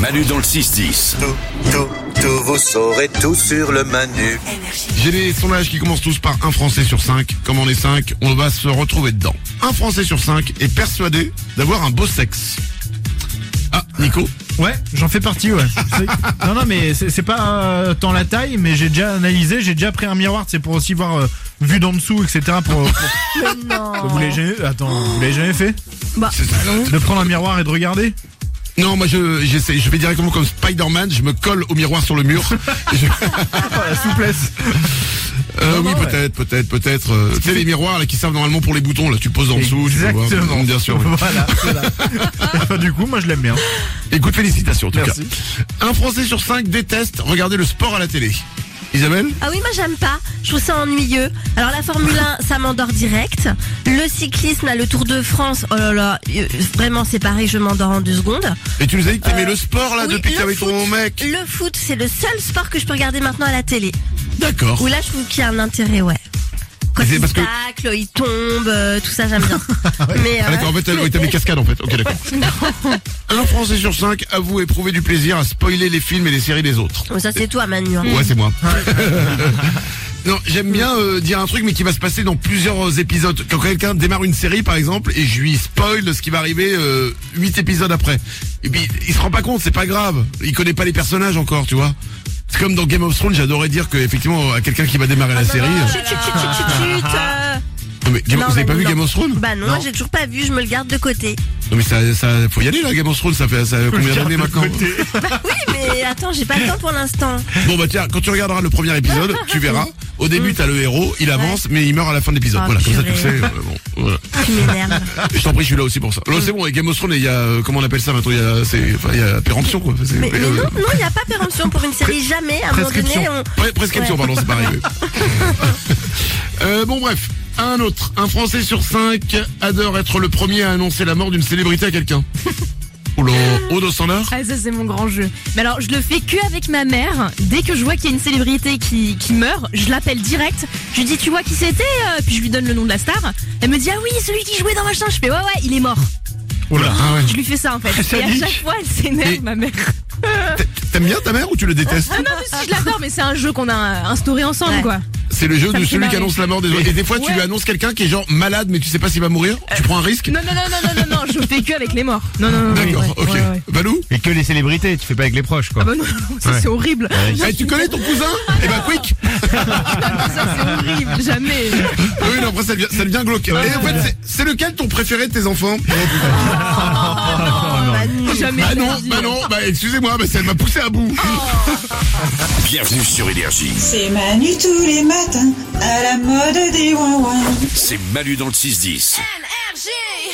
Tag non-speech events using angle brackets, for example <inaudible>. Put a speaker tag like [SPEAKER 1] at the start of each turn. [SPEAKER 1] Manu dans le 6-10.
[SPEAKER 2] Tout, tout, tout, vous saurez tout sur le Manu.
[SPEAKER 3] J'ai des sondages qui commencent tous par un Français sur cinq. Comme on est cinq, on va se retrouver dedans. Un Français sur cinq est persuadé d'avoir un beau sexe. Ah, Nico
[SPEAKER 4] Ouais, j'en fais
[SPEAKER 5] <laughs>
[SPEAKER 4] partie, ouais. C'est- non, non, mais c'est c'est pas euh, tant la taille, mais j'ai déjà analysé, j'ai déjà pris un miroir, c'est pour aussi voir euh, vue d'en dessous, etc. Pour, pour- Vous l'avez jamais, attends, vous l'avez jamais fait De prendre un miroir et de regarder
[SPEAKER 3] Non, moi je j'essaie, je vais directement comme Spider-Man, je me colle au miroir sur le
[SPEAKER 4] <laughs>
[SPEAKER 3] mur. Je-
[SPEAKER 5] Oh,
[SPEAKER 4] Ah, La <laughs> souplesse
[SPEAKER 3] Euh, oui,
[SPEAKER 4] non, ouais.
[SPEAKER 3] peut-être, peut-être, peut-être. euh, tu sais les miroirs là qui servent normalement pour les boutons, là tu poses en dessous, tu peux voir.
[SPEAKER 4] Exactement.
[SPEAKER 3] bien sûr.
[SPEAKER 4] <laughs>
[SPEAKER 3] oui.
[SPEAKER 4] Voilà,
[SPEAKER 5] <laughs>
[SPEAKER 4] c'est là. Enfin, du coup, moi je l'aime bien.
[SPEAKER 3] Écoute, félicitations en tout
[SPEAKER 4] Merci.
[SPEAKER 3] cas. Un Français sur cinq déteste regarder le sport à la télé. Isabelle
[SPEAKER 6] Ah oui, moi j'aime pas. Je trouve ça ennuyeux. Alors la Formule 1, ça m'endort direct. Le cyclisme, là, le Tour de France, oh là là, euh, vraiment c'est pareil, je m'endors en deux secondes.
[SPEAKER 3] Et tu nous as dit que
[SPEAKER 4] Euh,
[SPEAKER 3] t'aimais le sport là
[SPEAKER 6] oui,
[SPEAKER 3] depuis que
[SPEAKER 6] le
[SPEAKER 3] t'avais ton
[SPEAKER 6] foot.
[SPEAKER 3] mec.
[SPEAKER 6] Le foot, c'est le seul sport que je peux regarder maintenant à la télé.
[SPEAKER 3] D'accord.
[SPEAKER 6] Où là, je trouve qu'il y a un intérêt, ouais. Quand
[SPEAKER 3] Mais c'est
[SPEAKER 6] il
[SPEAKER 3] parce que-
[SPEAKER 6] tacle, il tombe, euh, tout ça j'aime
[SPEAKER 3] <laughs>
[SPEAKER 6] bien. Mais
[SPEAKER 3] Ah,
[SPEAKER 6] euh,
[SPEAKER 3] d'accord, en fait, t'as ouais, t'as mis cascade en fait. Ok,
[SPEAKER 6] <laughs>
[SPEAKER 3] d'accord. Un Français sur cinq avoue éprouver du plaisir à spoiler les films et les séries des autres.
[SPEAKER 6] ça c'est toi Manu. hein.
[SPEAKER 3] Ouais, c'est
[SPEAKER 6] <laughs>
[SPEAKER 3] moi. Non, j'aime bien euh, dire un truc, mais qui va se passer dans plusieurs euh, épisodes. Quand quelqu'un démarre une série, par exemple, et je lui spoil ce qui va arriver euh, huit épisodes après, et puis il se rend pas compte, c'est pas grave. Il connaît pas les personnages encore, tu vois. C'est comme dans Game of Thrones, j'adorais dire que effectivement à quelqu'un qui va démarrer
[SPEAKER 6] Ah,
[SPEAKER 3] la série. euh,
[SPEAKER 6] Chut, chut, chut, chut, chut, chut, euh.
[SPEAKER 3] Non, mais Game-
[SPEAKER 6] bah Non,
[SPEAKER 3] vous avez pas
[SPEAKER 6] Manu,
[SPEAKER 3] vu
[SPEAKER 6] non.
[SPEAKER 3] Game of Thrones
[SPEAKER 6] Bah non, j'ai toujours pas vu, je me le garde
[SPEAKER 3] <laughs>
[SPEAKER 6] de côté.
[SPEAKER 3] Non, mais ça, ça, faut y aller là, Game of Thrones, ça fait ça, combien d'années maintenant
[SPEAKER 6] Oui, mais attends, j'ai pas le temps pour l'instant.
[SPEAKER 3] Bon bah tiens, quand tu regarderas le premier épisode, tu
[SPEAKER 6] <laughs>
[SPEAKER 3] verras. Au début, t'as le héros, il avance, mais il meurt à la fin de l'épisode.
[SPEAKER 6] Ah,
[SPEAKER 3] voilà, comme ça tu le sais.
[SPEAKER 6] purée.
[SPEAKER 3] euh, bon, voilà.
[SPEAKER 6] Tu m'énerves.
[SPEAKER 3] Je t'en prie, je suis là aussi pour ça. Non, c'est bon, avec Game of Thrones, il y a, euh, comment on appelle ça maintenant, il y a, c'est, enfin, il y a péremption, quoi. C'est-
[SPEAKER 6] Mais, mais
[SPEAKER 3] euh,
[SPEAKER 6] non, non, il n'y a pas péremption pour une série, jamais. À un moment donné, on...
[SPEAKER 3] Pre- euh, prescription,
[SPEAKER 6] Ouais.
[SPEAKER 3] pardon,
[SPEAKER 6] <laughs>
[SPEAKER 3] c'est pareil. oui. <laughs> Euh, bon, bref. Un autre. Un Français sur cinq adore être le premier à annoncer la mort d'une célébrité à
[SPEAKER 6] <laughs>
[SPEAKER 3] quelqu'un. Oula, au dos sans l'heure.
[SPEAKER 7] Ah ça c'est mon grand jeu. Mais alors je le fais que avec ma mère. Dès que je vois qu'il y a une célébrité qui, qui meurt, je l'appelle direct. Je lui dis tu vois qui c'était Euh, Puis je lui donne le nom de la star. Elle me dit ah oui celui qui jouait dans machin. Je fais ouais ouais il est mort.
[SPEAKER 3] Oula, ah ouais.
[SPEAKER 7] Je lui fais ça en fait. Et à
[SPEAKER 4] Sadique.
[SPEAKER 7] chaque fois elle s'énerve
[SPEAKER 3] Et-
[SPEAKER 7] ma mère.
[SPEAKER 3] T'aimes bien ta mère ou tu le détestes
[SPEAKER 7] Ah non mais si je l'adore mais c'est un jeu qu'on a instauré ensemble
[SPEAKER 6] Ouais.
[SPEAKER 7] quoi.
[SPEAKER 3] C'est le jeu
[SPEAKER 7] Ça
[SPEAKER 3] de
[SPEAKER 7] me
[SPEAKER 3] celui
[SPEAKER 7] fait
[SPEAKER 3] qui
[SPEAKER 7] marrer.
[SPEAKER 3] annonce la mort des autres. Et des fois, tu
[SPEAKER 7] Ouais. Euh,
[SPEAKER 3] lui annonces quelqu'un qui est genre malade, mais tu sais pas s'il va mourir. Tu prends un risque.
[SPEAKER 7] Non non non non non non non je fais que avec les morts. Non non non. non,
[SPEAKER 3] D'accord,
[SPEAKER 7] ouais,
[SPEAKER 3] ok.
[SPEAKER 7] ouais, ouais.
[SPEAKER 3] Valou
[SPEAKER 5] Mais que les célébrités, tu fais pas avec les proches, quoi.
[SPEAKER 7] Ah bah non, ça c'est horrible.
[SPEAKER 3] Eh, Tu connais ton
[SPEAKER 7] <laughs>
[SPEAKER 3] cousin Eh ben, quick
[SPEAKER 7] Ça c'est horrible,
[SPEAKER 3] <laughs>
[SPEAKER 7] jamais.
[SPEAKER 3] Oui, non, après, ça devient, ça devient glauque. Et en fait, c'est- c'est lequel ton préféré de tes enfants Ah,
[SPEAKER 7] Jamais.
[SPEAKER 3] Bah non, bah non, bah excusez-moi, mais ça m'a poussé à bout.
[SPEAKER 7] Ah,
[SPEAKER 1] Bienvenue sur Énergie.
[SPEAKER 8] C'est Manu tous les matins, à la mode des ouin
[SPEAKER 1] C'est Manu dans le 6-10.
[SPEAKER 6] Énergie